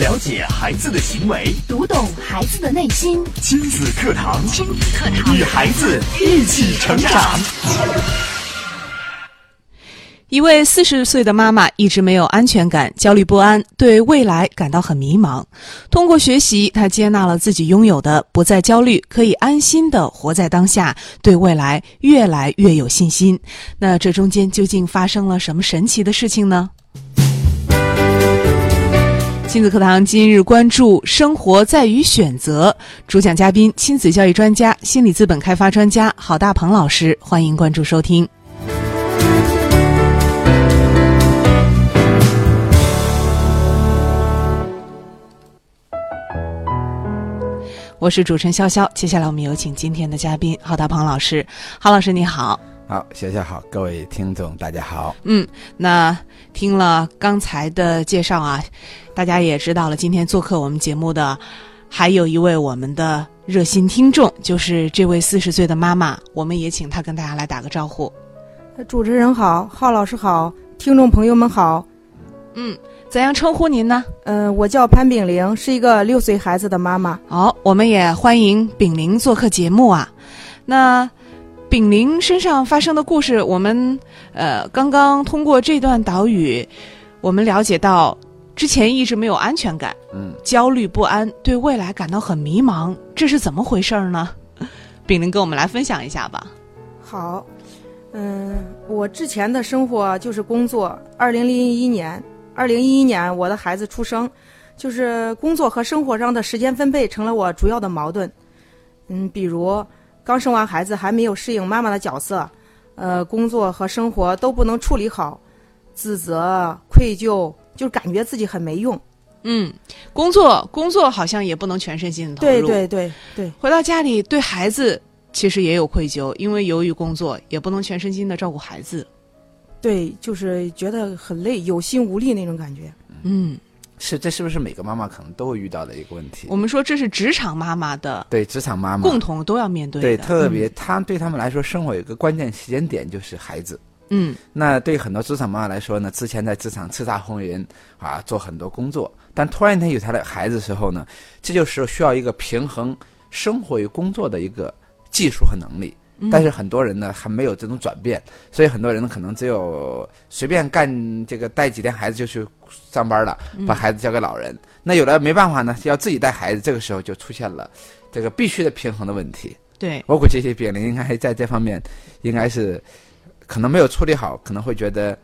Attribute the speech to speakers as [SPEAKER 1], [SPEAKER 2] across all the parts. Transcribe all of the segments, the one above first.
[SPEAKER 1] 了解孩子的行为，
[SPEAKER 2] 读懂孩子的内心，
[SPEAKER 1] 亲子课堂，
[SPEAKER 2] 亲子课堂
[SPEAKER 1] 与孩子一起成长。
[SPEAKER 3] 一位四十岁的妈妈一直没有安全感，焦虑不安，对未来感到很迷茫。通过学习，她接纳了自己拥有的，不再焦虑，可以安心的活在当下，对未来越来越有信心。那这中间究竟发生了什么神奇的事情呢？亲子课堂今日关注：生活在于选择。主讲嘉宾：亲子教育专家、心理资本开发专家郝大鹏老师。欢迎关注收听。我是主持人潇潇，接下来我们有请今天的嘉宾郝大鹏老师。郝老师你好，
[SPEAKER 4] 好，学校好，各位听众大家好。
[SPEAKER 3] 嗯，那听了刚才的介绍啊，大家也知道了，今天做客我们节目的还有一位我们的热心听众，就是这位四十岁的妈妈，我们也请她跟大家来打个招呼。
[SPEAKER 5] 呃主持人好，浩老师好，听众朋友们好。
[SPEAKER 3] 嗯，怎样称呼您呢？
[SPEAKER 5] 嗯、我叫潘炳玲，是一个六岁孩子的妈妈。
[SPEAKER 3] 好，我们也欢迎丙玲做客节目啊。那丙玲身上发生的故事，我们呃刚刚通过这段岛屿，我们了解到之前一直没有安全感，
[SPEAKER 4] 嗯，
[SPEAKER 3] 焦虑不安，对未来感到很迷茫，这是怎么回事儿呢？ 丙玲跟我们来分享一下吧。
[SPEAKER 5] 好，嗯、我之前的生活就是工作。二零零一年，二零一一年我的孩子出生，就是工作和生活上的时间分配成了我主要的矛盾。嗯，比如刚生完孩子还没有适应妈妈的角色，呃，工作和生活都不能处理好，自责、愧疚，就是感觉自己很没用。
[SPEAKER 3] 嗯，工作工作好像也不能全身心地投
[SPEAKER 5] 对
[SPEAKER 3] 入。
[SPEAKER 5] 对对对。
[SPEAKER 3] 回到家里，对孩子其实也有愧疚，因为由于工作也不能全身心的照顾孩子。
[SPEAKER 5] 对，就是觉得很累，有心无力那种感觉。
[SPEAKER 3] 嗯，
[SPEAKER 4] 是这是不是每个妈妈可能都会遇到的一个问题
[SPEAKER 3] 我？们说这是职场妈妈的
[SPEAKER 4] 对，职场妈妈
[SPEAKER 3] 共同都要面对的。
[SPEAKER 4] 对嗯特别，她对他们来说，生活有一个关键时间点就是孩子。
[SPEAKER 3] 嗯
[SPEAKER 4] 那对很多职场妈妈来说呢，之前在职场叱咤风云啊，做很多工作，但突然间有她的孩子的时候呢，这就是需要一个平衡啊生活与工作的一个技术和能力。但是很多人呢还没有这种转变，所以很多人可能只有随便干这个带几天孩子就去上班了，把孩子交给老人。那有了没办法呢，要自己带孩子，这个时候就出现了这个必须的平衡的问题。
[SPEAKER 3] 对，
[SPEAKER 4] 我估计扁玲应该在这方面，应该是可能没有处理好，可能会觉得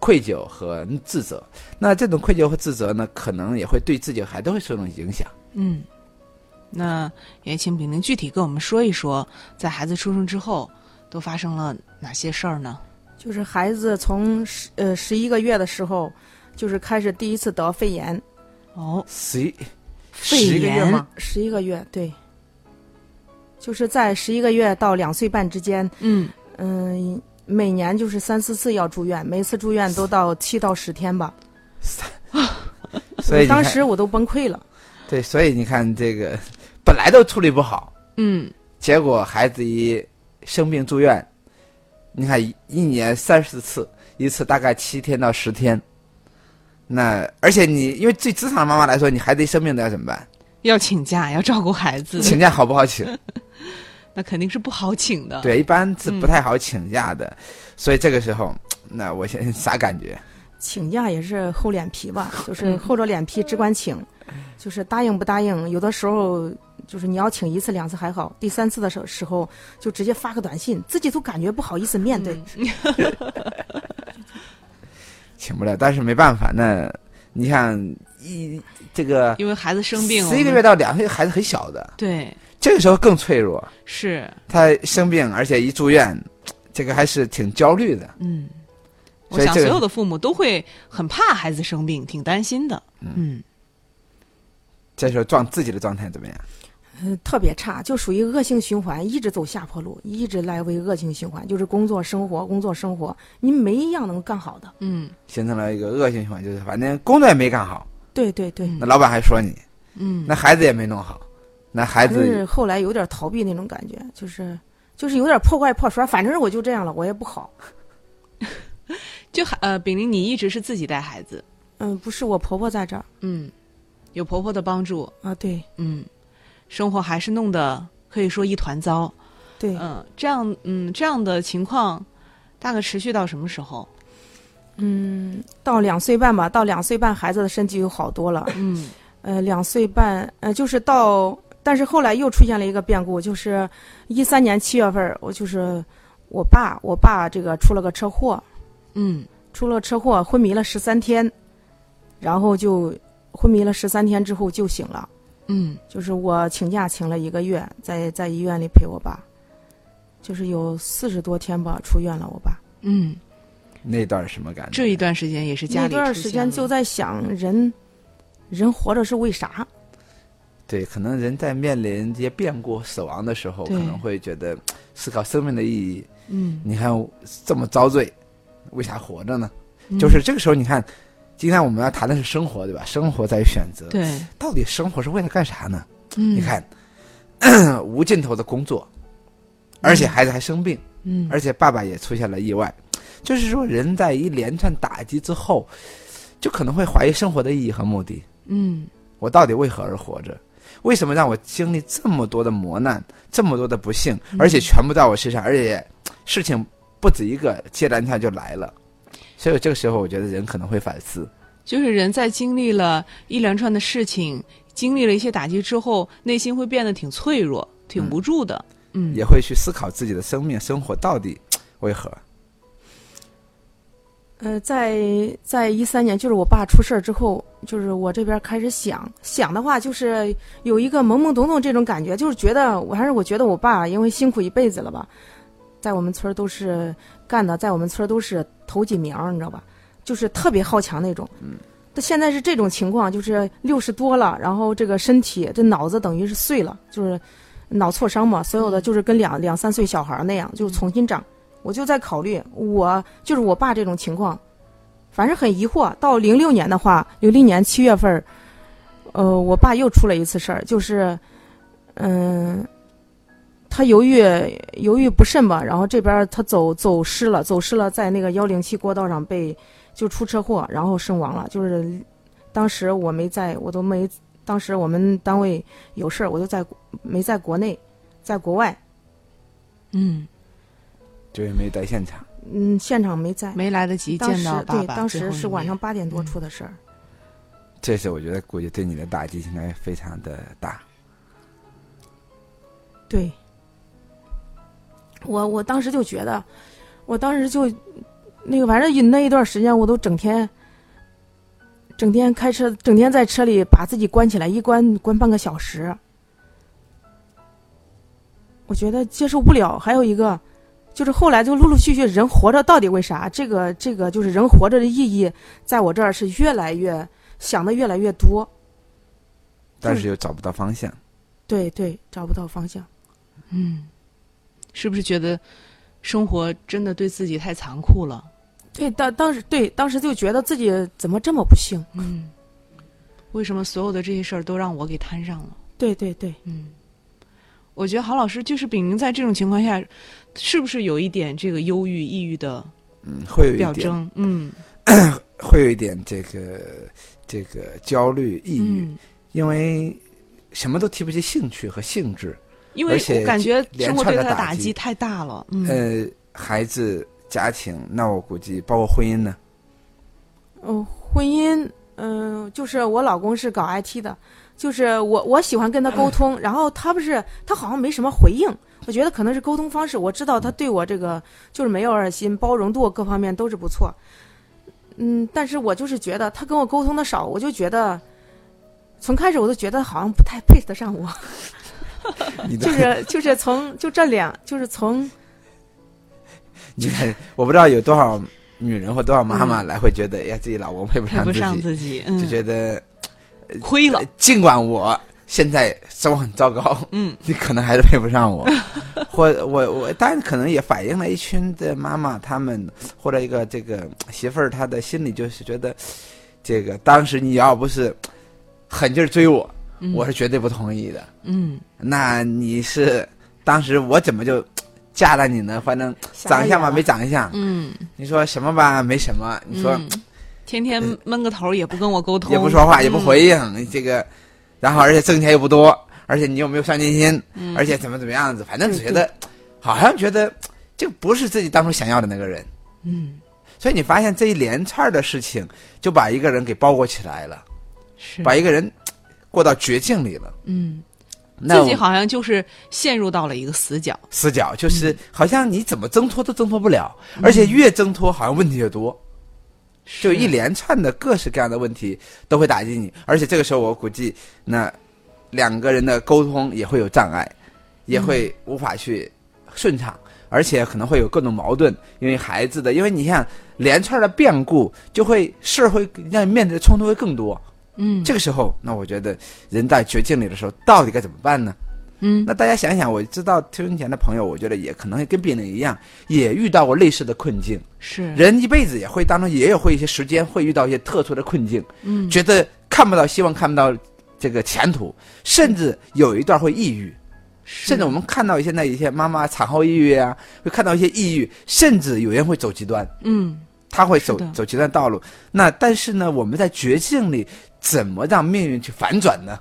[SPEAKER 4] 嘖愧疚和自责。那这种愧疚和自责呢，可能也会对自己还都会受种影响。
[SPEAKER 3] 嗯。那也请炳玲具体跟我们说一说，在孩子出生之后都发生了哪些事儿呢？
[SPEAKER 5] 就是孩子从十呃十一个月的时候，就是开始第一次得肺炎，
[SPEAKER 3] 哦，
[SPEAKER 4] 十一
[SPEAKER 3] 肺
[SPEAKER 4] 十一个月
[SPEAKER 3] 炎
[SPEAKER 4] 吗？
[SPEAKER 5] 十一个月对，就是在十一个月到两岁半之间，
[SPEAKER 3] 嗯，
[SPEAKER 5] 嗯、每年就是三四次要住院，每次住院都到七到十天吧。
[SPEAKER 4] 所以你看
[SPEAKER 5] 当时我都崩溃了，
[SPEAKER 4] 对， 所以你看这个本来都处理不好，
[SPEAKER 3] 嗯，
[SPEAKER 4] 结果孩子一生病住院，你看一一年三十次，一次大概七天到十天。那而且你因为对职场妈妈来说，你孩子一生病了要怎么办？
[SPEAKER 3] 要请假，要照顾孩子，
[SPEAKER 4] 请假好不好
[SPEAKER 3] 啊
[SPEAKER 4] 请？
[SPEAKER 3] 那肯定是不好请的。，
[SPEAKER 4] 对，一般是
[SPEAKER 3] 嗯
[SPEAKER 4] 不太好请假的，所以这个时候，那我现在 啥感觉？
[SPEAKER 5] 请假也是厚脸皮 吧，就是厚着脸皮只管请，就是答应不答应，有的时候就是你要请一次两次还好，第三次的时候时候就直接发个短信，自己都感觉不好意思嗯面对。
[SPEAKER 3] 嗯
[SPEAKER 4] 请不了，但是没办法。那你看一这个
[SPEAKER 3] 因为孩子生病，
[SPEAKER 4] 十一个
[SPEAKER 3] 我
[SPEAKER 4] 月
[SPEAKER 3] 们
[SPEAKER 4] 到两岁，孩子很小的，
[SPEAKER 3] 对，
[SPEAKER 4] 这个时候更脆弱。
[SPEAKER 3] 是，
[SPEAKER 4] 他生病，而且一住院，这个还是挺焦虑的。
[SPEAKER 3] 嗯，我
[SPEAKER 4] 所以
[SPEAKER 3] 想
[SPEAKER 4] 这
[SPEAKER 3] 所
[SPEAKER 4] 个
[SPEAKER 3] 有的父母都会很怕孩子生病，挺担心的。嗯，
[SPEAKER 4] 这时候状自己的状态怎么样？
[SPEAKER 5] 嗯，特别差，就属于恶性循环，一直走下坡路，一直来回恶性循环，就是工作生活，工作生活，你没一样能干好的。
[SPEAKER 3] 嗯
[SPEAKER 4] 形成了一个恶性循环，就是反正工作也没干好，
[SPEAKER 5] 对对对，
[SPEAKER 4] 那老板还说你，
[SPEAKER 3] 嗯，
[SPEAKER 4] 那孩子也没弄好，那孩
[SPEAKER 5] 还
[SPEAKER 4] 子
[SPEAKER 5] 是后来有点逃避那种感觉，就是就是有点破罐破摔，反正我就这样了，我也不好。
[SPEAKER 3] 就呃，炳玲，你一直是自己带孩子，
[SPEAKER 5] 嗯，不是我婆婆在这儿，
[SPEAKER 3] 嗯，有婆婆的帮助，
[SPEAKER 5] 啊，对
[SPEAKER 3] 嗯，生活还是弄得可以说一团糟。
[SPEAKER 5] 对
[SPEAKER 3] 嗯、，这样嗯这样的情况大概持续到什么时候？
[SPEAKER 5] 到两岁半吧，到两岁半孩子的身体就好多了。
[SPEAKER 3] 嗯
[SPEAKER 5] 呃，两岁半，呃，就是到，但是后来又出现了一个变故，就是一三年七月份儿，我就是我爸，我爸这个出了个车祸，
[SPEAKER 3] 嗯
[SPEAKER 5] 出了车祸昏迷了十三天，然后就昏迷了十三天之后就醒了，
[SPEAKER 3] 嗯
[SPEAKER 5] 就是我请假请了一个月，在在医院里陪我爸，就是有四十多天吧出院了，我爸。
[SPEAKER 3] 嗯，
[SPEAKER 4] 那段儿什么感觉？
[SPEAKER 3] 这一段时间也是家
[SPEAKER 5] 那
[SPEAKER 3] 里
[SPEAKER 5] 段
[SPEAKER 3] 出
[SPEAKER 5] 时
[SPEAKER 3] 现
[SPEAKER 5] 间
[SPEAKER 3] 了
[SPEAKER 5] 就在想人，人活着是为啥？
[SPEAKER 4] 对，可能人在面临这些变故、死亡的时候，可
[SPEAKER 3] 对
[SPEAKER 4] 能会觉得思考生命的意义。
[SPEAKER 3] 嗯，
[SPEAKER 4] 你看我这么遭罪，为啥活着呢？
[SPEAKER 3] 嗯
[SPEAKER 4] 就是这个时候，你看，今天我们要谈的是生活，对吧？生活在于选择，
[SPEAKER 3] 对，
[SPEAKER 4] 到底生活是为了干啥呢？
[SPEAKER 3] 嗯，
[SPEAKER 4] 你，看， 无尽头的工作，而且孩子还生病，
[SPEAKER 3] 嗯，
[SPEAKER 4] 而且爸爸也出现了意外，就是说人在一连串打击之后，就可能会怀疑生活的意义和目的。
[SPEAKER 3] 嗯
[SPEAKER 4] 我到底为何而活着？为什么让我经历这么多的磨难，这么多的不幸，
[SPEAKER 3] 嗯
[SPEAKER 4] 而且全部在我身上，而且事情不止一个，接连串就来了。所以这个时候，我觉得人可能会反思。
[SPEAKER 3] 就是人在经历了一连串的事情，经历了一些打击之后，内心会变得挺脆弱、挺无助的。嗯，
[SPEAKER 4] 也会去思考自己的生命、生活到底为何。
[SPEAKER 5] 呃，在在一三年，就是我爸出事儿之后，就是我这边开始想想的话，就是有一个懵懵懂懂这种感觉，就是觉得我还是我觉得我爸因为辛苦一辈子了吧，在我们村儿都是干的，在我们村儿都是头几名儿，你知道吧？就是特别好强那种。嗯。但现在是这种情况，就是六十多了，然后这个身体这脑子等于是碎了，就是脑挫伤嘛，所有的就是跟两两三岁小孩儿那样，就是重新长。我就在考虑，我就是我爸这种情况，反正很疑惑。到零六年的话，零六年七月份儿，呃，我爸又出了一次事儿，就是，嗯、他由于由于不慎吧，然后这边儿他走走失了，走失了，在那个幺零七国道上被就出车祸，然后身亡了。就是当时我没在，我都没，当时我们单位有事儿，我就在没在国内，在国外，
[SPEAKER 3] 嗯，
[SPEAKER 4] 就因为在现场，
[SPEAKER 5] 嗯，现场没在。
[SPEAKER 3] 没来得及
[SPEAKER 5] 当
[SPEAKER 3] 见
[SPEAKER 5] 时
[SPEAKER 3] 到爸
[SPEAKER 5] 对，
[SPEAKER 3] 爸
[SPEAKER 5] 当
[SPEAKER 3] 最
[SPEAKER 5] 时
[SPEAKER 3] 后一
[SPEAKER 5] 是晚
[SPEAKER 3] 面嗯
[SPEAKER 5] 上八点多出的事儿。
[SPEAKER 4] 这是我觉得估计对你的打击应该非常的大。
[SPEAKER 5] 对，我我当时就觉得，我当时就那个，反正那一段时间我都整天，整天开车，整天在车里把自己关起来，一关关半个小时。我觉得接受不了。还有一个，就是后来就陆陆续续，人活着到底为啥？这个这个就是人活着的意义，在我这儿是越来越想的越来越多。
[SPEAKER 4] 但是又找不到方向，
[SPEAKER 5] 对对，找不到方向。
[SPEAKER 3] 嗯，是不是觉得生活真的对自己太残酷了？
[SPEAKER 5] 对，当当时对当时就觉得自己怎么这么不幸？
[SPEAKER 3] 嗯，为什么所有的这些事儿都让我给摊上了？
[SPEAKER 5] 对对对，
[SPEAKER 3] 嗯，我觉得郝老师就是秉明在这种情况下，是不是有一点这个忧郁、抑郁的
[SPEAKER 4] 嗯，会有
[SPEAKER 3] 表
[SPEAKER 4] 一点，
[SPEAKER 3] 征？嗯，
[SPEAKER 4] 会有一点这个这个焦虑、抑郁，
[SPEAKER 3] 嗯，
[SPEAKER 4] 因为什么都提不起兴趣和兴致。
[SPEAKER 3] 因为
[SPEAKER 4] 而且
[SPEAKER 3] 我感觉
[SPEAKER 4] 连
[SPEAKER 3] 生活
[SPEAKER 4] 串
[SPEAKER 3] 对
[SPEAKER 4] 的
[SPEAKER 3] 他的
[SPEAKER 4] 打
[SPEAKER 3] 打
[SPEAKER 4] 击
[SPEAKER 3] 击太大了。嗯，
[SPEAKER 4] 呃，孩子、家庭，那我估计包括婚姻 呢，
[SPEAKER 5] 嗯、婚姻，嗯、就是我老公是搞 IT 的，就是我我喜欢跟他沟通，然后他不是他好像没什么回应，我觉得可能是沟通方式，我知道他对我这个就是没有二心，包容度各方面都是不错，嗯，但是我就是觉得他跟我沟通的少，我就觉得。从开始我都觉得好像不太配得上我，
[SPEAKER 4] 你的
[SPEAKER 5] 就是就是从就这两就是从
[SPEAKER 4] 你看，我不知道有多少女人或多少妈妈来会觉得，哎呀，自己老公配不
[SPEAKER 3] 嗯配
[SPEAKER 4] 上
[SPEAKER 3] 不
[SPEAKER 4] 自
[SPEAKER 3] 上
[SPEAKER 4] 己，
[SPEAKER 3] 自己，
[SPEAKER 4] 就
[SPEAKER 3] 嗯，
[SPEAKER 4] 觉得哎
[SPEAKER 3] 亏了。
[SPEAKER 4] 尽管我现在生活很糟糕，
[SPEAKER 3] 嗯，
[SPEAKER 4] 你可能还是配不上我， 或我我，当然可能也反映了一群的妈妈她们或者一个这个媳妇儿她的心里就是觉得，这个当时你要不是狠劲儿追我，
[SPEAKER 3] 嗯
[SPEAKER 4] 我是绝对不同意的。
[SPEAKER 3] 嗯，
[SPEAKER 4] 那你是当时我怎么就嫁
[SPEAKER 5] 啊
[SPEAKER 4] 了你呢？反正长相吧没长相，
[SPEAKER 3] 嗯，
[SPEAKER 4] 你说什么吧没什么，你说、哎
[SPEAKER 3] 嗯天天闷个头也不跟我沟通，
[SPEAKER 4] 也不说话，也不
[SPEAKER 3] 嗯
[SPEAKER 4] 回应，这个，然后而且挣钱又不多，而且你又没有上进心，
[SPEAKER 3] 嗯
[SPEAKER 4] 而且怎么怎么样子，反正觉得好像觉得这不是自己当初想要的那个人，嗯，所以你发现这一连串的事情就把一个人给包裹起来了，
[SPEAKER 3] 嗯是
[SPEAKER 4] 把一个人过到绝境里了，
[SPEAKER 3] 嗯，
[SPEAKER 4] 那
[SPEAKER 3] 自己
[SPEAKER 4] 我
[SPEAKER 3] 好像就是陷入到了一个死角。
[SPEAKER 4] 死角，
[SPEAKER 3] 嗯
[SPEAKER 4] 就是好像你怎么挣脱都挣脱不了，而且越挣脱好像问题越多。就一连串的各式各样的问题都会打击你，而且这个时候我估计那两个人的沟通也会有障碍，也会
[SPEAKER 3] 嗯
[SPEAKER 4] 无法去顺畅，而且可能会有各种矛盾，因为孩子的，因为你想连串的变故，就会事儿会让你面对的冲突会更多。
[SPEAKER 3] 嗯，
[SPEAKER 4] 这个时候，那我觉得人在绝境里的时候，到底该怎么办呢？
[SPEAKER 3] 嗯，
[SPEAKER 4] 那大家想想，我知道听前的朋友，我觉得也可能跟别人一样，也遇到过类似的困境。
[SPEAKER 3] 是
[SPEAKER 4] 人一辈子也会当中也有会一些时间会遇到一些特殊的困境，嗯，觉得看不到希望，看不到这个前途，甚至有一段会抑郁，甚至我们看到现在一些妈妈产后抑郁啊，会看到一些抑郁，甚至有人会走极端，
[SPEAKER 3] 嗯
[SPEAKER 4] 他会走
[SPEAKER 3] 是的
[SPEAKER 4] 走极端道路。那但是呢，我们在绝境里怎么让命运去反转呢？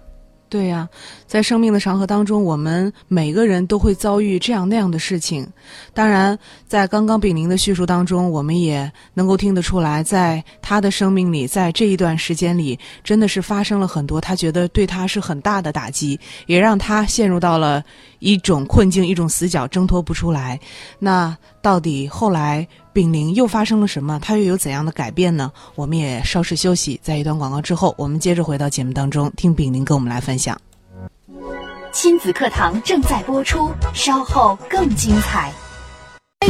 [SPEAKER 3] 对呀、在生命的长河当中，我们每个人都会遭遇这样那样的事情。当然，在刚刚炳宁的叙述当中，我们也能够听得出来，在他的生命里，在这一段时间里，真的是发生了很多他觉得对他是很大的打击，也让他陷入到了一种困境、一种死角，挣脱不出来。那到底后来炳宁又发生了什么？他又有怎样的改变呢？我们也稍事休息，在一段广告之后，我们接着回到节目当中，听炳宁跟我们来分享。
[SPEAKER 2] 亲子课堂正在播出，稍后更精彩。开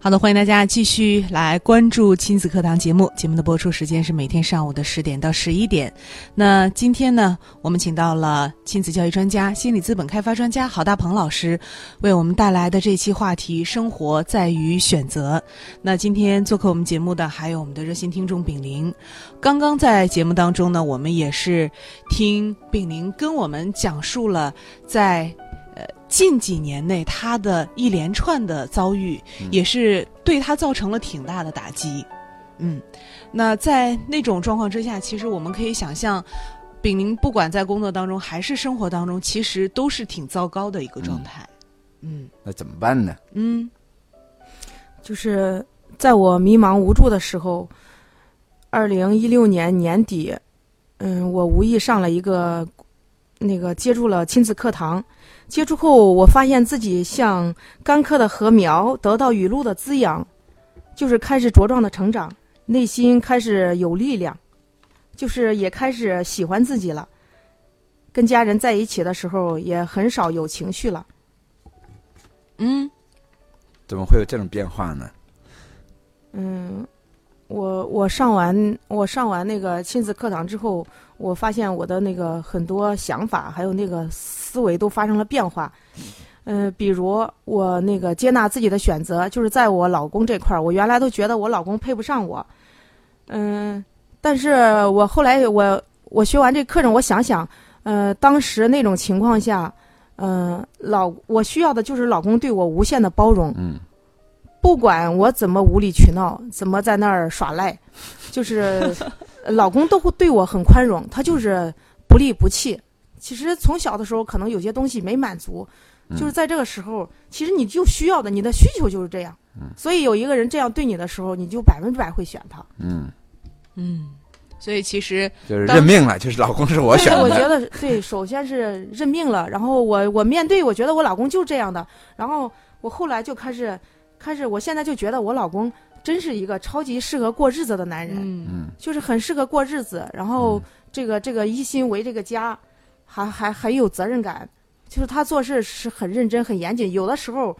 [SPEAKER 3] 好的，欢迎大家继续来关注亲子课堂节目。节目的播出时间是每天上午的十点到十一点。那今天呢，我们请到了亲子教育专家、心理资本开发专家郝大鹏老师，为我们带来的这期话题“生活在于选择”。那今天做客我们节目的还有我们的热心听众炳玲。刚刚在节目当中呢，我们也是听炳玲跟我们讲述了在呃近几年内他的一连串的遭遇，也是对他造成了挺大的打击。嗯，那在那种状况之下，其实我们可以想象，炳宁不管在工作当中还是生活当中，其实都是挺糟糕的一个状态。嗯
[SPEAKER 4] 那怎么办呢？
[SPEAKER 3] 嗯
[SPEAKER 5] 就是在我迷茫无助的时候，二零一六年年底，嗯，我无意上了一个那个接触了亲子课堂，接触后我发现自己像干枯的禾苗得到雨露的滋养，就是开始茁壮的成长，内心开始有力量，就是也开始喜欢自己了。跟家人在一起的时候，也很少有情绪了。
[SPEAKER 3] 嗯
[SPEAKER 4] 怎么会有这种变化呢？
[SPEAKER 5] 嗯，我我上完我上完那个亲子课堂之后，我发现我的那个很多想法还有那个思维都发生了变化。嗯，比如我那个接纳自己的选择，就是在我老公这块儿，我原来都觉得我老公配不上我。嗯，但是我后来我我学完这课程，我想想，呃，当时那种情况下，嗯，老我需要的就是老公对我无限的包容。
[SPEAKER 4] 嗯，
[SPEAKER 5] 不管我怎么无理取闹，怎么在那儿耍赖， 就是老公都会对我很宽容，他就是不离不弃。其实从小的时候，可能有些东西没满足，
[SPEAKER 4] 嗯
[SPEAKER 5] 就是在这个时候，其实你就需要的，你的需求就是这样。
[SPEAKER 4] 嗯
[SPEAKER 5] 所以有一个人这样对你的时候，你就百分之百会选他。
[SPEAKER 4] 嗯，
[SPEAKER 3] 嗯，所以其实
[SPEAKER 4] 就是
[SPEAKER 3] 当
[SPEAKER 4] 认命了，就是老公是我
[SPEAKER 5] 对
[SPEAKER 4] 选
[SPEAKER 5] 我
[SPEAKER 4] 的，
[SPEAKER 5] 觉得对，首先是认命了，然后我我面对，我觉得我老公就是这样的，然后我后来就开始开始，我现在就觉得我老公真是一个超级适合过日子的男人。
[SPEAKER 3] 嗯
[SPEAKER 5] 就是很适合过嗯日子，然后这个这个一心为这个家，还还很有责任感，就是他做事是很认真、很严谨，有的时候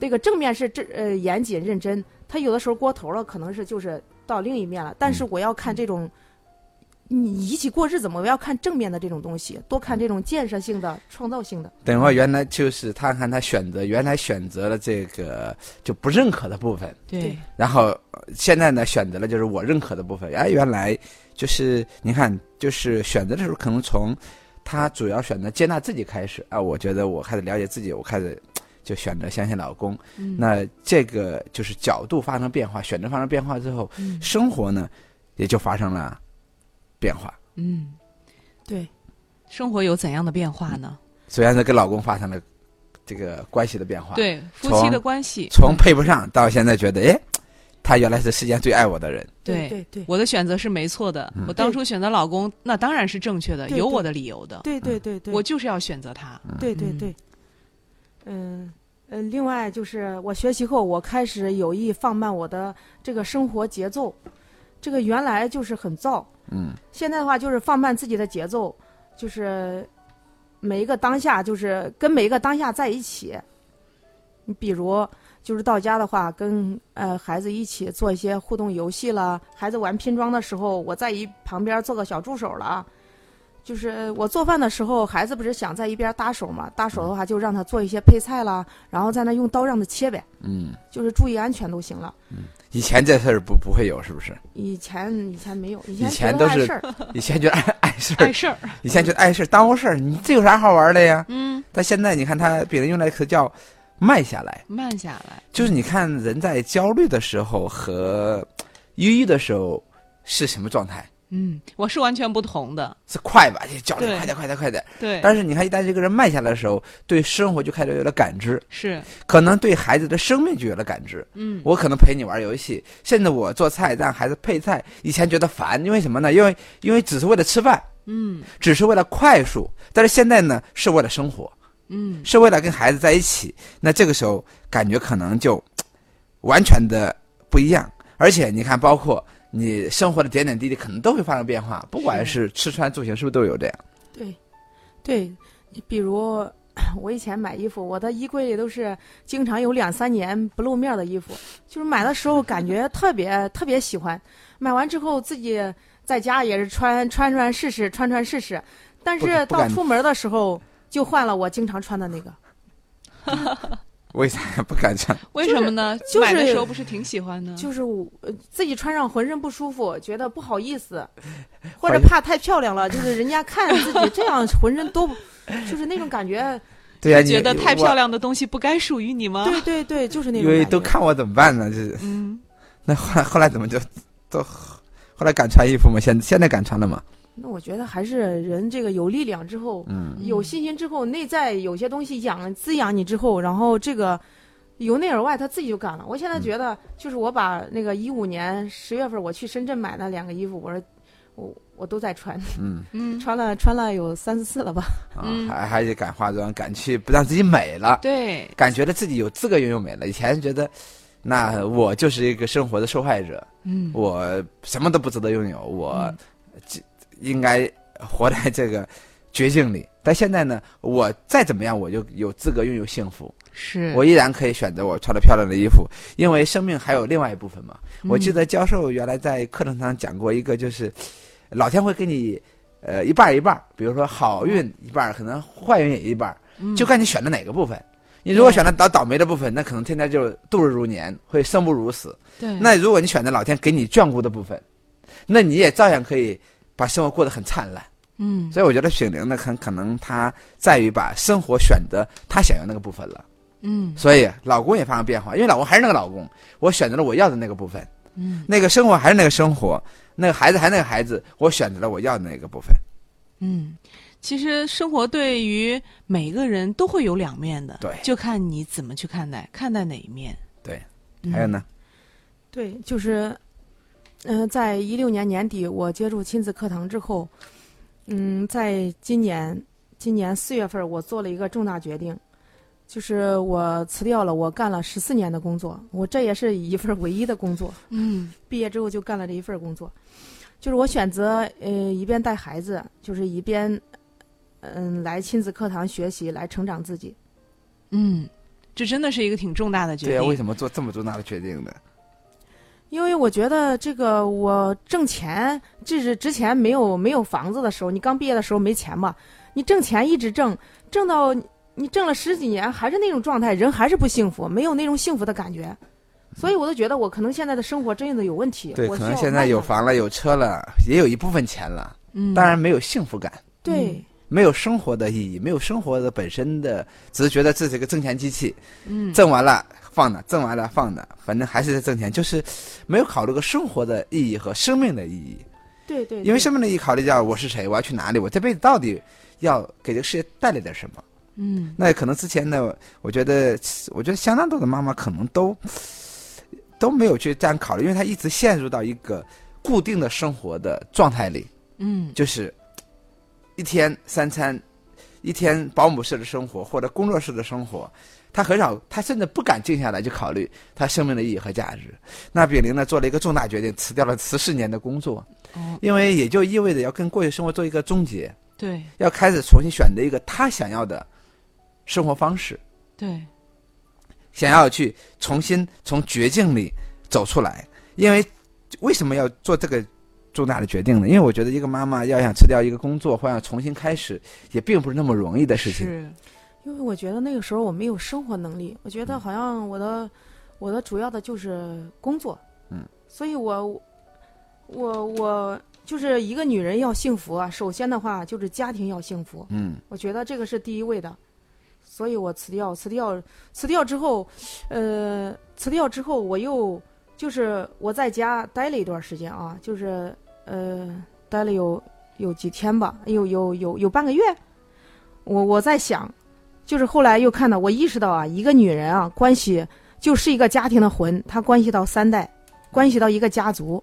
[SPEAKER 5] 这个正面是这呃严谨认真，他有的时候过头了，可能是就是到另一面了。但是我要看这种。你一起过日子嘛，我要看正面的这种东西，多看这种建设性的、创造性的。
[SPEAKER 4] 等会儿原来就是他看他选择，原来选择了这个就不认可的部分，
[SPEAKER 3] 对，
[SPEAKER 4] 然后呃现在呢选择了就是我认可的部分。哎，原来就是你看，就是选择的时候可能从他主要选择接纳自己开始啊，我觉得我开始了解自己，我开始就选择相信老公。
[SPEAKER 3] 嗯
[SPEAKER 4] 那这个就是角度发生变化，选择发生变化之后，
[SPEAKER 3] 嗯
[SPEAKER 4] 生活呢也就发生了变化。
[SPEAKER 3] 嗯，
[SPEAKER 5] 对，
[SPEAKER 3] 生活有怎样的变化呢？
[SPEAKER 5] 嗯
[SPEAKER 4] 虽然是跟老公发生了这个关系的变
[SPEAKER 5] 啊
[SPEAKER 4] 化，，
[SPEAKER 3] 对，夫
[SPEAKER 4] 从
[SPEAKER 3] 妻的关系，
[SPEAKER 4] 从配不上到现在觉得，哎，他原来是世间最爱我的人。
[SPEAKER 3] 对
[SPEAKER 5] 对对
[SPEAKER 3] 我的选择是没错的。我当初选择老公，那当然是正确的，
[SPEAKER 5] 嗯对
[SPEAKER 3] 有
[SPEAKER 5] 对
[SPEAKER 3] 我的理由的。
[SPEAKER 5] 对对对对，
[SPEAKER 3] 我就是要选择他。
[SPEAKER 5] 对对
[SPEAKER 3] 嗯
[SPEAKER 5] 对，嗯呃，另外就是我学习后，我开始有意放慢我的这个生活节奏，这个原来就是很躁，
[SPEAKER 4] 嗯，
[SPEAKER 5] 现在的话就是放慢自己的节奏，就是每一个当下，就是跟每一个当下在一起。你比如，就是到家的话，跟呃孩子一起做一些互动游戏了，孩子玩拼装的时候，我在一旁边做个小助手了。就是我做饭的时候，孩子不是想在一边搭手嘛？搭手
[SPEAKER 4] 嗯
[SPEAKER 5] 的话，就让他做一些配菜啦，然后在那用刀让他切呗，
[SPEAKER 4] 嗯，
[SPEAKER 5] 就是注意安全都行了。
[SPEAKER 4] 以前这事儿不不会有，是不是？
[SPEAKER 5] 以前以前没有，以
[SPEAKER 4] 以
[SPEAKER 5] 前
[SPEAKER 4] 前
[SPEAKER 5] 觉得
[SPEAKER 4] 都
[SPEAKER 5] 碍
[SPEAKER 4] 是
[SPEAKER 5] 事儿
[SPEAKER 4] 以前觉得碍碍事儿
[SPEAKER 3] 碍，事儿，
[SPEAKER 4] 以前觉得碍事儿耽误事儿，你这有啥好玩的呀？嗯，但现在你看他别人用那个词叫慢下来，
[SPEAKER 3] 慢下来。
[SPEAKER 4] 就是你看人在焦虑的时候和抑郁的时候是什么状态？
[SPEAKER 3] 嗯，我是完全不同的。
[SPEAKER 4] 是快吧？就焦虑，
[SPEAKER 3] 对
[SPEAKER 4] 快点，快点，快点。
[SPEAKER 3] 对，
[SPEAKER 4] 但是你看，一旦这个人慢下来的时候，对生活就开始有了感知，
[SPEAKER 3] 是
[SPEAKER 4] 可能对孩子的生命就有了感知。
[SPEAKER 3] 嗯，
[SPEAKER 4] 我可能陪你玩游戏，甚至我做菜让孩子配菜，以前觉得烦，因为什么呢？因为因为只是为了吃饭，
[SPEAKER 3] 嗯
[SPEAKER 4] 只是为了快速，但是现在呢，是为了生活，
[SPEAKER 3] 嗯，
[SPEAKER 4] 是为了跟孩子在一起。那这个时候感觉可能就完全的不一样，而且你看，包括。你生活的点点滴滴可能都会发生变化，不管是吃穿住行，是不是都有这样？
[SPEAKER 5] 对，对，你比如 我以前买衣服，我的衣柜里都是经常有两三年不露面的衣服，就是买的时候感觉特别特别喜欢，买完之后自己在家也是穿穿穿试试，穿穿试试，但
[SPEAKER 4] 不
[SPEAKER 5] 是
[SPEAKER 4] 不
[SPEAKER 5] 到
[SPEAKER 4] 敢
[SPEAKER 5] 出门的时候就换了我经常穿的那个。
[SPEAKER 4] 为啥不敢穿？
[SPEAKER 3] 为什么呢？
[SPEAKER 5] 就是
[SPEAKER 3] 买的时候不是挺喜欢呢？
[SPEAKER 5] 就是我、呃自己穿上浑身不舒服，觉得不好意思，或
[SPEAKER 4] 怀
[SPEAKER 5] 者
[SPEAKER 4] 疑
[SPEAKER 5] 怕太漂亮了，就是人家看自己这样浑身都，就是那种感觉。
[SPEAKER 4] 对呀、你
[SPEAKER 3] 觉得太
[SPEAKER 4] 我
[SPEAKER 3] 漂亮的东西不该属于你吗？
[SPEAKER 5] 对对对，就是那
[SPEAKER 4] 因
[SPEAKER 5] 种感
[SPEAKER 4] 为
[SPEAKER 5] 觉。
[SPEAKER 4] 都看我怎么办呢？就是
[SPEAKER 3] 嗯，
[SPEAKER 4] 那后来后来怎么就都后来敢穿衣服吗？现现在敢穿了吗？
[SPEAKER 5] 那我觉得还是人这个有力量之后，
[SPEAKER 4] 嗯，
[SPEAKER 5] 有信心之后，内在有些东西养滋养你之后，然后这个由内而外他自己就干了。我现在
[SPEAKER 4] 嗯
[SPEAKER 5] 觉得，就是我把那个一五年十月份我去深圳买那两个衣服，我说我我都在穿，
[SPEAKER 4] 嗯，
[SPEAKER 3] 嗯
[SPEAKER 5] 穿了穿了有三四次了吧。
[SPEAKER 4] 啊，
[SPEAKER 3] 嗯
[SPEAKER 4] 还还得敢化妆，敢去不让自己美了，
[SPEAKER 3] 对，
[SPEAKER 4] 感觉得自己有资格拥有美了。以前觉得，那我就是一个生活的受害者，
[SPEAKER 3] 嗯
[SPEAKER 4] 我什么都不值得拥有，我
[SPEAKER 3] 嗯
[SPEAKER 4] 这应该活在这个绝境里。但现在呢，我再怎么样，我就有资格拥有幸福。
[SPEAKER 5] 嗯
[SPEAKER 3] 是
[SPEAKER 4] 我依然可以选择我穿的漂亮的衣服，因为生命还有另外一部分嘛。我记得教授原来在课堂上讲过一个，就是老天会给你呃一半儿一半儿，比如说好运一半儿，可能坏运也一半儿，就看你选的哪个部分。你如果选了倒倒霉的部分，那可能天天就度日如年，会生不如死。
[SPEAKER 3] 对
[SPEAKER 4] 那如果你选择老天给你眷顾的部分，那你也照样可以把生活过得很灿烂。
[SPEAKER 3] 嗯
[SPEAKER 4] 所以我觉得雪玲呢，可可能她在于把生活选择她想要那个部分了。
[SPEAKER 3] 嗯
[SPEAKER 4] 所以老公也发生变化，因为老公还是那个老公，我选择了我要的那个部分，
[SPEAKER 3] 嗯
[SPEAKER 4] 那个生活还是那个生活，那个孩子还是那个孩子，我选择了我要的那个部分。
[SPEAKER 3] 嗯，其实生活对于每个人都会有两面的，
[SPEAKER 4] 对
[SPEAKER 3] 就看你怎么去看待，看待哪一面。
[SPEAKER 4] 对，
[SPEAKER 3] 嗯
[SPEAKER 4] 还有呢，
[SPEAKER 5] 对，就是，嗯、在一六年年底我接触亲子课堂之后，嗯，在今年今年四月份，我做了一个重大决定，就是我辞掉了我干了十四年的工作，我这也是一份唯一的工作，
[SPEAKER 3] 嗯
[SPEAKER 5] 毕业之后就干了这一份工作，就是我选择呃一边带孩子，就是一边嗯，来亲子课堂学习，来成长自己。
[SPEAKER 3] 嗯，这真的是一个挺重大的决
[SPEAKER 4] 对
[SPEAKER 3] 定。
[SPEAKER 4] 呀、为什么做这么重大的决定呢？
[SPEAKER 5] 因为我觉得这个我挣钱，这是之前没有没有房子的时候，你刚毕业的时候没钱嘛，你挣钱一直挣，挣到你挣了十几年还是那种状态，人还是不幸福，没有那种幸福的感觉，所以我都觉得我可能现在的生活真的有问题。
[SPEAKER 4] 对，
[SPEAKER 5] 我
[SPEAKER 4] 可
[SPEAKER 5] 需
[SPEAKER 4] 能
[SPEAKER 5] 要
[SPEAKER 4] 现在有
[SPEAKER 5] 慢慢
[SPEAKER 4] 房了，有车了，也有一部分钱了，
[SPEAKER 3] 嗯，
[SPEAKER 4] 当然没有幸福感，
[SPEAKER 5] 对，
[SPEAKER 4] 没有生活的意义，没有生活的本身的，只是觉得自己是个挣钱机器，
[SPEAKER 3] 嗯，
[SPEAKER 4] 挣完了放那，挣完了放那，反正还是在挣钱，就是没有考虑过生活的意义和生命的意义。
[SPEAKER 5] 对对，
[SPEAKER 4] 因为
[SPEAKER 5] 对
[SPEAKER 4] 生命的意义考虑到我是谁，我要去哪里，我这辈子到底要给这个世界带来点什么？
[SPEAKER 3] 嗯
[SPEAKER 4] 那可能之前呢，我觉得，我觉得相当多的妈妈可能都都没有去这样考虑，因为她一直陷入到一个固定的生活的状态里，
[SPEAKER 3] 嗯
[SPEAKER 4] 就是一天三餐，一天保姆式的生活或者工作室的生活，她很少，她甚至不敢静下来去考虑她生命的意义和价值。那炳玲呢，做了一个重大决定，辞掉了十四年的工作，
[SPEAKER 3] 哦，
[SPEAKER 4] 因为也就意味着要跟过去生活做一个终结，
[SPEAKER 3] 对
[SPEAKER 4] 要开始重新选择一个她想要的生活方式。
[SPEAKER 3] 对，
[SPEAKER 4] 想要去重新从绝境里走出来。因为为什么要做这个重大的决定呢？因为我觉得一个妈妈要想辞掉一个工作或要重新开始，也并不是那么容易的事情。
[SPEAKER 3] 是，
[SPEAKER 5] 因为我觉得那个时候我没有生活能力，我觉
[SPEAKER 4] 嗯
[SPEAKER 5] 得好像我的我的主要的就是工作，
[SPEAKER 4] 嗯，
[SPEAKER 5] 所以我我我就是一个女人要幸福啊，首先的话就是家庭要幸福，
[SPEAKER 4] 嗯，
[SPEAKER 5] 我觉得这个是第一位的，所以我辞掉，辞掉，辞掉之后，呃，辞掉之后我又就是我在家待了一段时间啊，就是呃待了有有几天吧，有有有有半个月，我我在想，就是后来又看到我意识到啊，一个女人啊关系就是一个家庭的魂，它关系到三代，关系到一个家族，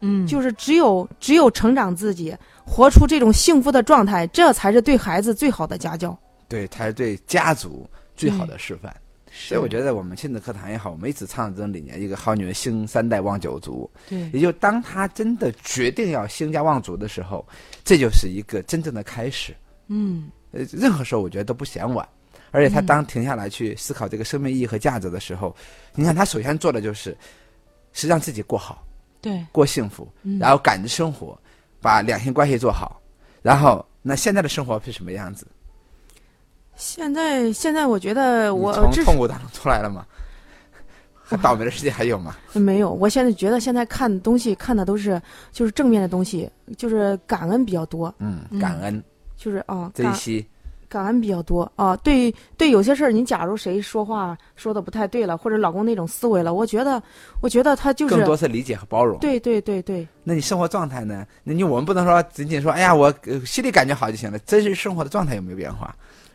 [SPEAKER 3] 嗯，
[SPEAKER 5] 就是只有只有成长自己，活出这种幸福的状态，这才是对孩子最好的家教。
[SPEAKER 4] 对，才是对家族最好的示范。所以我
[SPEAKER 3] 得
[SPEAKER 4] 觉得我们亲子课堂也好，我们一直倡导这种理念：一个好女人兴三代望九族。
[SPEAKER 3] 对，
[SPEAKER 4] 也就当她真的决定要兴家望族的时候，这就是一个真正的开始。
[SPEAKER 3] 嗯
[SPEAKER 4] 呃，任何时候我觉得都不嫌晚。而且他当停下来去思考这个生命意义和价值的时候，你看他首先做的就是，是让自己过好，
[SPEAKER 3] 对，
[SPEAKER 4] 过幸福，
[SPEAKER 3] 嗯
[SPEAKER 4] 然后感知生活，把两性关系做好，然后那现在的生活是什么样子？
[SPEAKER 5] 现在现在我觉得
[SPEAKER 4] 你
[SPEAKER 5] 呃我
[SPEAKER 4] 从
[SPEAKER 5] 至
[SPEAKER 4] 痛苦当中出来了吗？ 还倒霉的世界还有吗？
[SPEAKER 5] 没有，我现在觉得现在看东西看的都是就是正面的东西，就是感恩比较多，
[SPEAKER 4] 嗯
[SPEAKER 3] 嗯，
[SPEAKER 4] 感恩
[SPEAKER 5] 就是啊、
[SPEAKER 4] 这一
[SPEAKER 5] 感
[SPEAKER 4] 期，
[SPEAKER 5] 感恩比较多啊。对对，有些事儿你假如谁说话说的不太对了，或者老公那种思维了，我觉得我觉得他就是
[SPEAKER 4] 更多是理解和包容。
[SPEAKER 5] 对对对对
[SPEAKER 4] 那你生活状态呢？那你我们不能说仅仅说，哎呀，我呃心里感觉好就行了。真实生活的状态有没有变化？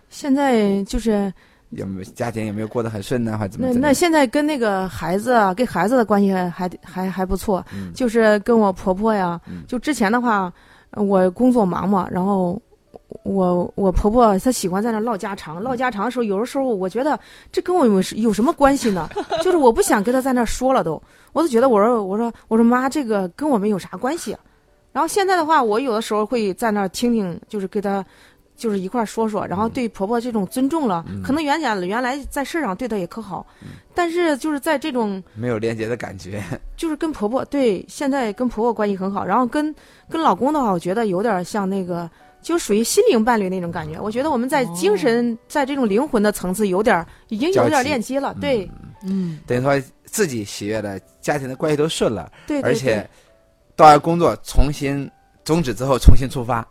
[SPEAKER 5] 现在就是
[SPEAKER 4] 有没有家庭有没有过得很顺呢？或者怎么
[SPEAKER 5] 那
[SPEAKER 4] 怎么
[SPEAKER 5] 那
[SPEAKER 4] 样？
[SPEAKER 5] 现在跟那个孩子啊，跟孩子的关系还还还还不错，
[SPEAKER 4] 嗯
[SPEAKER 5] 就是跟我婆婆呀，
[SPEAKER 4] 嗯
[SPEAKER 5] 就之前的话，呃我工作忙嘛，然后我我婆婆她喜欢在那唠家常，唠家常的时候，有的时候我觉得这跟我有有什么关 系呢？就是我不想跟她在那说了都，我都觉得我说我说我说妈，这个跟我们有啥关系啊、然后现在的话，我有的时候会在那儿听听，就是跟她。就是一块儿说说，
[SPEAKER 4] 嗯
[SPEAKER 5] 然后对婆婆这种尊重了，可能原来原来在事儿上对她也可好，但是就是在这种
[SPEAKER 4] 没有连接的感觉。
[SPEAKER 5] 就是跟婆婆对，现在跟婆婆关系很好，然后跟跟老公的话，我觉得有点像那个，就属于心灵伴侣那种感觉。我觉得我们在精神，在这种灵魂的层次有点儿，已经
[SPEAKER 4] 交
[SPEAKER 5] 有点
[SPEAKER 4] 集
[SPEAKER 5] 链接了。对
[SPEAKER 3] 嗯
[SPEAKER 4] 等于说自己喜悦了，家庭的关系都顺了，
[SPEAKER 5] 对对，
[SPEAKER 4] 而且到了工作重新终止之后重新出发，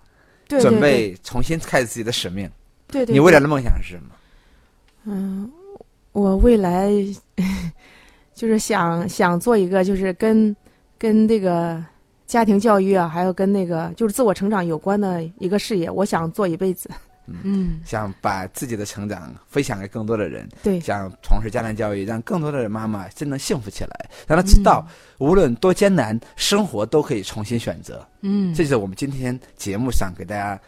[SPEAKER 5] 对对
[SPEAKER 4] 准备重新开始自己的使命。
[SPEAKER 5] 对对对，
[SPEAKER 4] 你未来的梦想是什么？
[SPEAKER 5] 嗯，我未来 就是想想做一个，就是跟跟这个家庭教育啊，还有跟那个就是自我成长有关的一个事业，我想做一辈子。
[SPEAKER 3] 嗯
[SPEAKER 4] 想把自己的成长分享给更多的人，
[SPEAKER 5] 对
[SPEAKER 4] 想从事家庭教育，让更多的妈妈真能幸福起来，让她知道、无论多艰难，生活都可以重新选择。
[SPEAKER 3] 嗯，
[SPEAKER 4] 这就是我们今天节目上给大家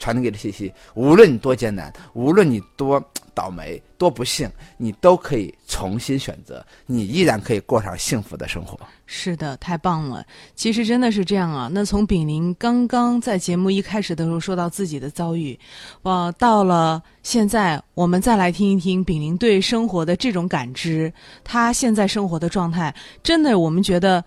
[SPEAKER 4] 传递给的信息。无论你多艰难，无论你多倒霉、多不幸，你都可以重新选择，你依然可以过上幸福的生活。
[SPEAKER 3] 是的，太棒了！其实真的是这样啊。那从炳林刚刚在节目一开始的时候说到自己的遭遇，哇，到了现在，我们再来听一听炳林对生活的这种感知，他现在生活的状态，真的我们觉得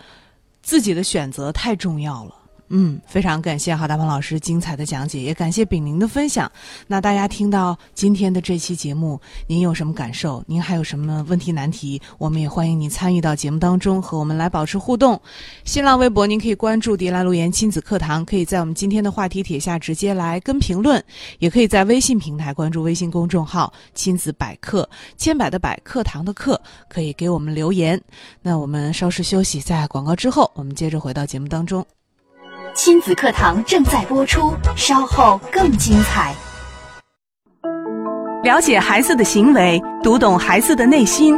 [SPEAKER 3] 自己的选择太重要了。嗯，非常感谢郝大鹏老师精彩的讲解，也感谢炳林的分享。那大家听到今天的这期节目，您有什么感受？您还有什么问题难题？我们也欢迎您参与到节目当中，和我们来保持互动。新浪微博您可以关注“迪兰路言亲子课堂”，可以在我们今天的话题帖下直接来跟评论，也可以在微信平台关注微信公众号“亲子百科”，千百的百课堂的课，可以给我们留言。那我们稍事休息，在广告之后，我们接着回到节目当中。
[SPEAKER 2] 亲子课堂正在播出，稍后更精彩。
[SPEAKER 3] 了解孩子的行为，读懂孩子的内心。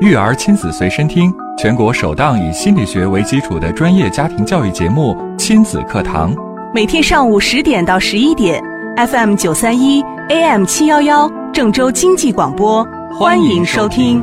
[SPEAKER 6] 育儿亲子随身听，全国首档以心理学为基础的专业家庭教育节目《亲子课堂》，
[SPEAKER 7] 每天上午十点到十一点，FM 九三一，AM 七幺幺，郑州经济广播，欢迎收听。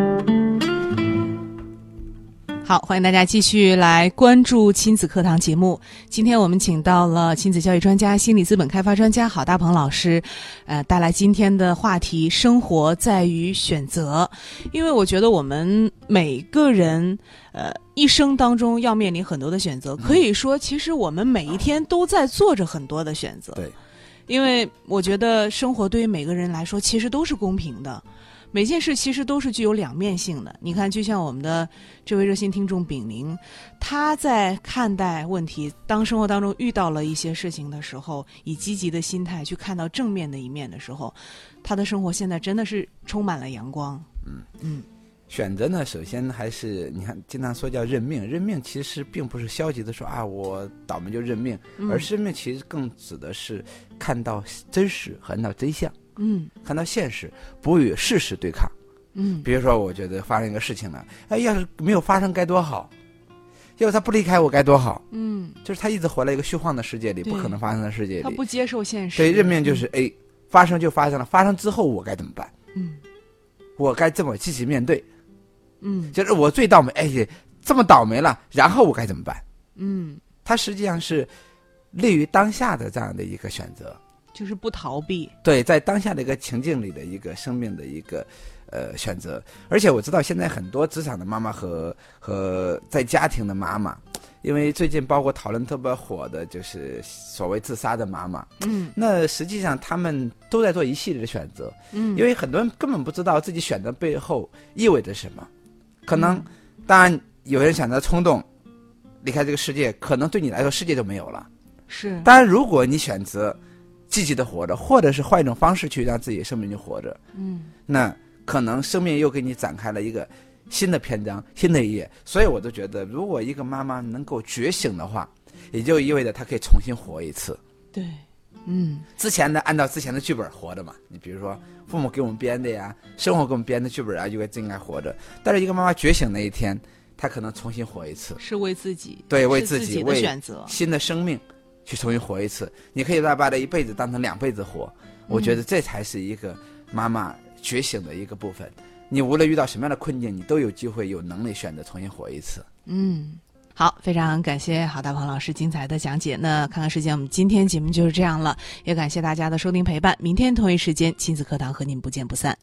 [SPEAKER 3] 好，欢迎大家继续来关注亲子课堂节目。今天我们请到了亲子教育专家、心理资本开发专家郝大鹏老师，呃，带来今天的话题：生活在于选择。因为我觉得我们每个人，呃，一生当中要面临很多的选择，可以说，其实我们每一天都在做着很多的选择。
[SPEAKER 4] 对，
[SPEAKER 3] 因为我觉得生活对于每个人来说，其实都是公平的。每件事其实都是具有两面性的。你看，就像我们的这位热心听众炳宁，他在看待问题，当生活当中遇到了一些事情的时候，以积极的心态去看到正面的一面的时候，他的生活现在真的是充满了阳光。
[SPEAKER 4] 选择呢，首先还是你看，经常说叫认命，认命其实并不是消极的说啊，我倒霉就认命，
[SPEAKER 3] 嗯
[SPEAKER 4] 而是认命其实更指的是看到真实，看到真相，
[SPEAKER 3] 嗯
[SPEAKER 4] 看到现实，不与事实对抗。
[SPEAKER 3] 嗯
[SPEAKER 4] 比如说，我觉得发生一个事情了，哎，要是没有发生该多好，要是他不离开我该多好，
[SPEAKER 3] 嗯，
[SPEAKER 4] 就是他一直活在一个虚幻的世界里，
[SPEAKER 3] 对
[SPEAKER 4] 不可能发生的世界
[SPEAKER 3] 他
[SPEAKER 4] 里
[SPEAKER 3] 不，接受现实，
[SPEAKER 4] 所以认命就是哎，发生就发生了，发生之后我该怎么办？
[SPEAKER 3] 嗯
[SPEAKER 4] 我该这么积极面对，
[SPEAKER 3] 嗯
[SPEAKER 4] 就是我最倒霉，哎呀，这么倒霉了，然后我该怎么办？
[SPEAKER 3] 嗯，
[SPEAKER 4] 他实际上是立于当下的这样的一个选择，
[SPEAKER 3] 就是不逃避。
[SPEAKER 4] 对，在当下的一个情境里的一个生命的一个呃选择。而且我知道现在很多职场的妈妈和和在家庭的妈妈，因为最近包括讨论特别火的就是所谓自杀的妈妈，
[SPEAKER 3] 嗯
[SPEAKER 4] 那实际上他们都在做一系列的选择，
[SPEAKER 3] 嗯，
[SPEAKER 4] 因为很多人根本不知道自己选择背后意味着什么，可
[SPEAKER 3] 嗯
[SPEAKER 4] 能当然有人选择冲动。离开这个世界，可能对你来说世界就没有了。
[SPEAKER 3] 是
[SPEAKER 4] 当然，如果你选择积极的活着，或者是换一种方式去让自己生命去活着，
[SPEAKER 3] 嗯
[SPEAKER 4] 那可能生命又给你展开了一个新的篇章、新的一页。所以，我都觉得，如果一个妈妈能够觉醒的话，也就意味着她可以重新活一次。
[SPEAKER 3] 对，嗯
[SPEAKER 4] 之前的按照之前的剧本活着嘛，你比如说父母给我们编的呀，生活给我们编的剧本啊，就该真应该活着。但是一个妈妈觉醒那一天，她可能重新活一次，
[SPEAKER 3] 是为自己，
[SPEAKER 4] 对，为
[SPEAKER 3] 是
[SPEAKER 4] 自
[SPEAKER 3] 自
[SPEAKER 4] 己
[SPEAKER 3] 的
[SPEAKER 4] 为
[SPEAKER 3] 选择。
[SPEAKER 4] 新的生命去重新活一次。你可以把把这一辈子当成两辈子活，我觉得这才是一个妈妈觉醒的一个部分。你无论遇到什么样的困境，你都有机会、有能力选择重新活一次。
[SPEAKER 3] 嗯，好，非常感谢郝大鹏老师精彩的讲解。那看看时间，我们今天节目就是这样了，也感谢大家的收听陪伴。明天同一时间，亲子课堂和您不见不散。